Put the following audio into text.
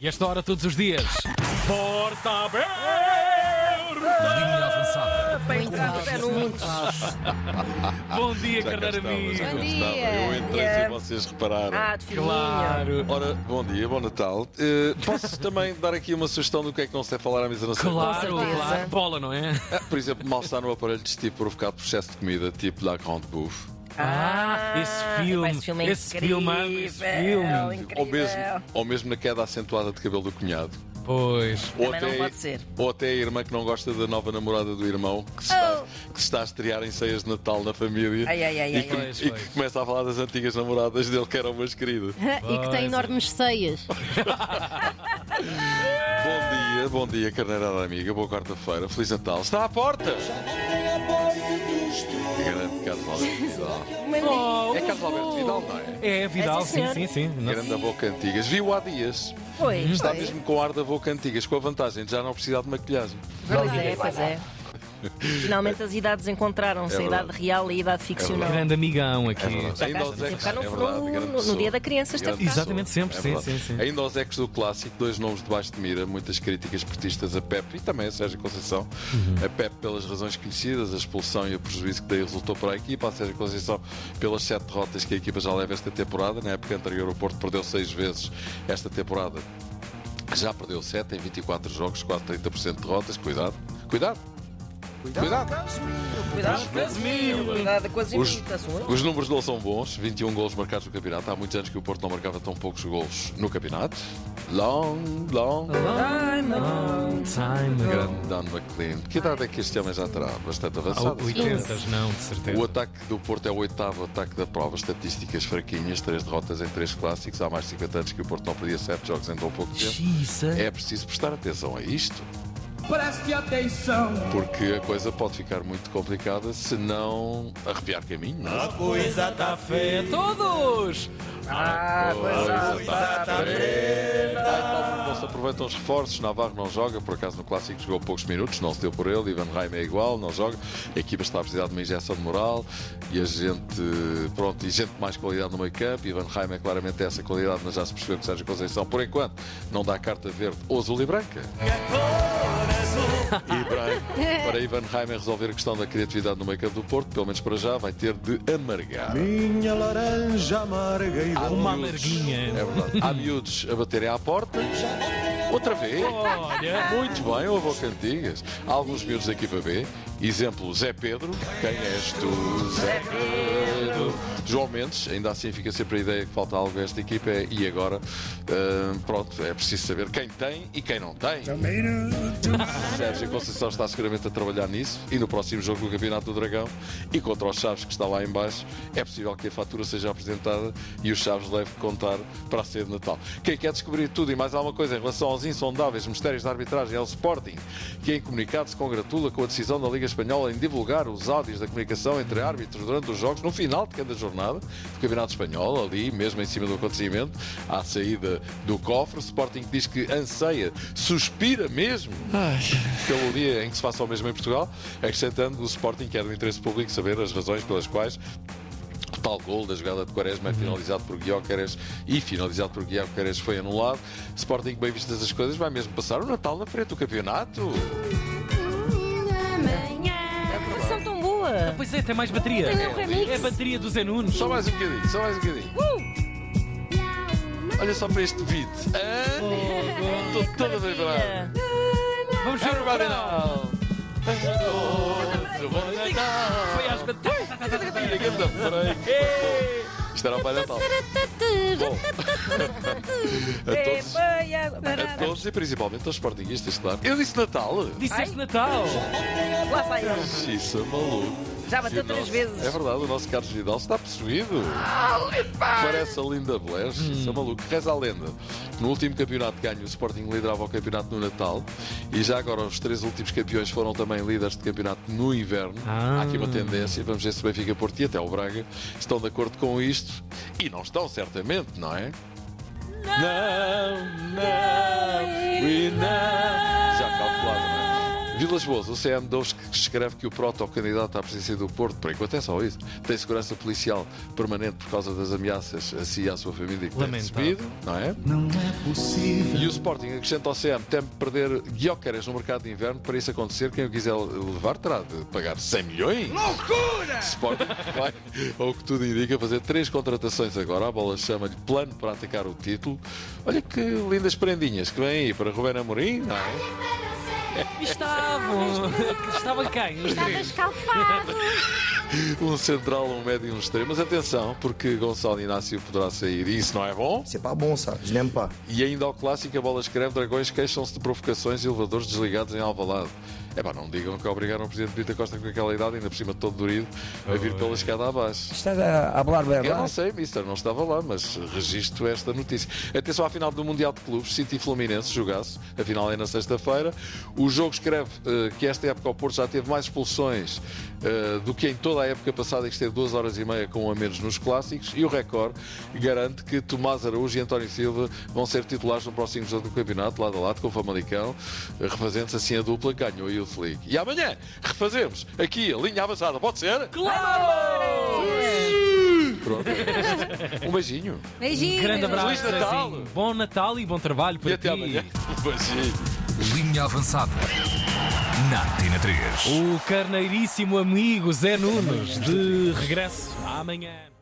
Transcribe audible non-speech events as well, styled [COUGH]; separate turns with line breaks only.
E esta hora todos os dias.
Porta aberta!
Linha avançada.
Para entrarmos é juntos.
Bom dia,
Já cá
carneiro
estava, já cá
amigo.
Bom
estava.
dia.
Eu entrei
Yeah.
sem vocês repararam.
Ah, de filhinha.
Claro.
Ora, bom dia, bom Natal. Eh, posso também dar aqui uma sugestão do que é que não se deve falar à mesa na sala?
Claro,
Com certeza.
claro. Bola, não é?
Ah, por exemplo, malsar no aparelho digestivo provocado por excesso de comida, tipo da Grande Bouffe.
Ah, esse filme.
epá, Esse filme é
Esse
incrível.
filme, amo esse filme.
incrível.
Ou mesmo, ou mesmo na queda acentuada de cabelo do cunhado.
Pois.
Ou
Também não pode ser.
ou até a irmã que não gosta da nova namorada do irmão, que se está, que se está a estrear em ceias de Natal na família.
Oh. Ai, ai, ai,
e
ai,
que,
ai.
Pois,
e que
pois.
começa a falar das antigas namoradas dele, que eram umas queridas.
E que
Pois é.
tem enormes ceias.
Bom dia, bom dia, carneirada amiga, boa quarta-feira, Feliz Natal. Está à porta! Que Grande Carlos Alberto Vidal.
Oh,
É Carlos Alberto Vidal, não é?
é Vidal,
É, sim,
sim,
senhor.
sim, sim. Não-
Grande da Boca Antigas. Viu há dias.
Foi.
Está
foi.
mesmo com o ar da Boca Antigas, com a vantagem de já não precisar de maquilhagem.
Pois é, pois é. Finalmente as idades encontraram-se, a idade
É verdade. É
real e a idade ficcional.
Grande amigão aqui.
Ainda aos
Tem que
ecos-
ficar no-
é verdade,
no-
grande
no
pessoa.
dia da criança, isto é
Grande
ficar.
Exatamente,
pessoa,
sempre,
é
sim,
verdade.
sim, sim.
Ainda aos ecos do clássico, dois nomes debaixo de mira, muitas críticas portistas a Pepe e também a Sérgio Conceição.
Uhum.
A Pepe pelas razões conhecidas, a expulsão e o prejuízo que daí resultou para a equipa, a Sérgio Conceição pelas sete derrotas que a equipa já leva esta temporada. Na época anterior, o Porto perdeu seis vezes esta temporada. Já perdeu sete em 24 jogos, quase 30% de derrotas. Cuidado, cuidado, cuidado.
Cuidado com as imitas, cuidado com as
Os,
imitas. ué.
os números não são bons, 21 golos marcados no campeonato. Há muitos anos que o Porto não marcava tão poucos golos no campeonato. Long, long.
Ai, não.
Long Ah, time ago.
Grande Dan McLean. Que idade é que este homem já terá? Bastante avançado.
Ao 80 Ah, não, de certeza.
O ataque do Porto é o oitavo ataque da prova. Estatísticas fraquinhas, três derrotas em três clássicos. Há mais de 50 anos que o Porto não perdia sete jogos em tão pouco tempo.
Xisa.
É preciso prestar atenção a isto,
Preste atenção!
porque a coisa pode ficar muito complicada se não arrepiar caminho. Não? é?
Coisa tá feia!
Todos!
Ah, pois é.
Não se aproveitam os reforços, Navarro não joga, por acaso no clássico jogou poucos minutos, não se deu por ele, Ivan Raim é igual, não joga, a equipa está a precisar de uma injeção de moral e a gente, pronto, e gente de mais qualidade no meio campo, Ivan Raim é claramente essa qualidade, mas já se percebeu que Sérgio Conceição, por enquanto, não dá carta verde ou azul e branca. E para, para Ivan Raim resolver a questão da criatividade no meio campo do Porto, pelo menos para já, vai ter de amargar.
Minha laranja amarga e
Há
doce.
Uma
miúdos-
amarguinha.
É verdade. Há miúdos a baterem à porta. Outra vez.
Olha.
Muito bem, houve ao cantigas. Há alguns miúdos da equipa B. Exemplo, Zé Pedro. Quem és tu, Zé Pedro? João Mendes, ainda assim fica sempre a ideia que falta algo a esta equipa. é, E agora, ah, pronto, é preciso saber quem tem e quem não tem. Sérgio Conceição está seguramente a trabalhar nisso e no próximo jogo do Campeonato do Dragão e contra os Chaves que está lá em baixo é possível que a fatura seja apresentada e os Chaves leve que contar para a ceia de Natal. Quem quer descobrir tudo e mais alguma coisa em relação aos insondáveis mistérios da arbitragem é o Sporting, que em comunicado se congratula com a decisão da Liga Espanhola em divulgar os áudios da comunicação entre árbitros durante os jogos no final de cada jornada do Campeonato Espanhol, ali mesmo em cima do acontecimento, à saída do cofre, o Sporting diz que anseia, suspira mesmo pelo dia em que se faça o mesmo em Portugal, acrescentando o Sporting que é do interesse público saber as razões pelas quais o tal gol da jogada de Quaresma é finalizado por Guióqueres e finalizado por Guióqueres foi anulado. Sporting, bem vistas as coisas, vai mesmo passar o Natal na frente do campeonato.
A conversação é tão boa.
Pois é, tem mais bateria.
Tem um remix.
É a bateria do Zé Nunes.
Só mais um bocadinho, só mais um bocadinho. Olha só para este beat. Hã? Estou toda vibrada.
Maravilha.
Vamos ver o
Everybody
verão.
now.
Foi às baterias.
Isto era o Pai Natal. Bom,
É,
a todos,
Epa, e agora?
a todos e É principalmente aos sportinguistas, claro. Eu disse Natal.
Disseste Natal.
Lá vai ele.
Isso é maluco.
Já bateu
E o
três
nosso-
vezes.
É verdade, o nosso Carlos Vidal está possuído. Parece a linda Blair.
Hum.
Isso é maluco. Reza a lenda. No último campeonato de ganho, o Sporting liderava o campeonato no Natal e já agora os três últimos campeões foram também líderes de campeonato no inverno.
Ah.
Há aqui uma tendência. Vamos ver se o Benfica Porto e até o Braga estão de acordo com isto. E não estão, certamente, não é? Não, não, e não. Já calculado, não é? Vila Vilas Boas, o CM Doves que escreve que o protocandidato à presidência do Porto, por enquanto é só isso, tem segurança policial permanente por causa das ameaças a si e à sua família que tem
Lamentável.
recebido, não é? E o Sporting acrescenta ao CM, teme perder Guiocares no mercado de inverno, para isso acontecer, quem o quiser levar terá de pagar 100 milhões. Loucura! Sporting [LAUGHS] vai, ou que tudo indica, fazer três contratações agora. A bola chama-lhe plano para atacar o título. Olha que lindas prendinhas que vêm aí para Rubén Amorim, não é?
Estavam. Estava quem? Os
Estava
três.
escalfado.
um central, um médio e um extremo. Mas atenção, porque Gonçalo Inácio poderá sair e isso não é bom.
C'est pas bon ça, je l'aime pas.
E ainda ao clássico, a bola escreve: Dragões queixam-se de provocações e elevadores desligados em Alvalade. É pá, não digam que obrigaram o presidente Brita Costa com aquela idade, ainda por cima todo dorido, a vir pela escada abaixo.
Estás a hablar blá
Eu não sei, mister, não estava lá, mas registro esta notícia. Atenção à final do Mundial de Clubes, City e Fluminense, jogaço. A final é na sexta-feira. O jogo escreve eh, que esta época o Porto já teve mais expulsões eh, do que em toda a época passada, e que esteve duas horas e meia com um a menos nos clássicos. E o recorde garante que Tomás Araújo e António Silva vão ser titulares no próximo jogo do campeonato, lado a lado, com o Famalicão, eh, refazendo-se assim a dupla, que ganhou a Youth League. E amanhã refazemos aqui a linha avançada, pode ser? Pronto. Um beijinho.
Beijinho.
Grande abraço.
Feliz Natal.
Zezinho. Bom Natal e bom trabalho para
E até
ti.
amanhã. Um beijinho.
Linha avançada. Na Tina 3.
O carneiríssimo amigo Zé Nunes, de regresso amanhã.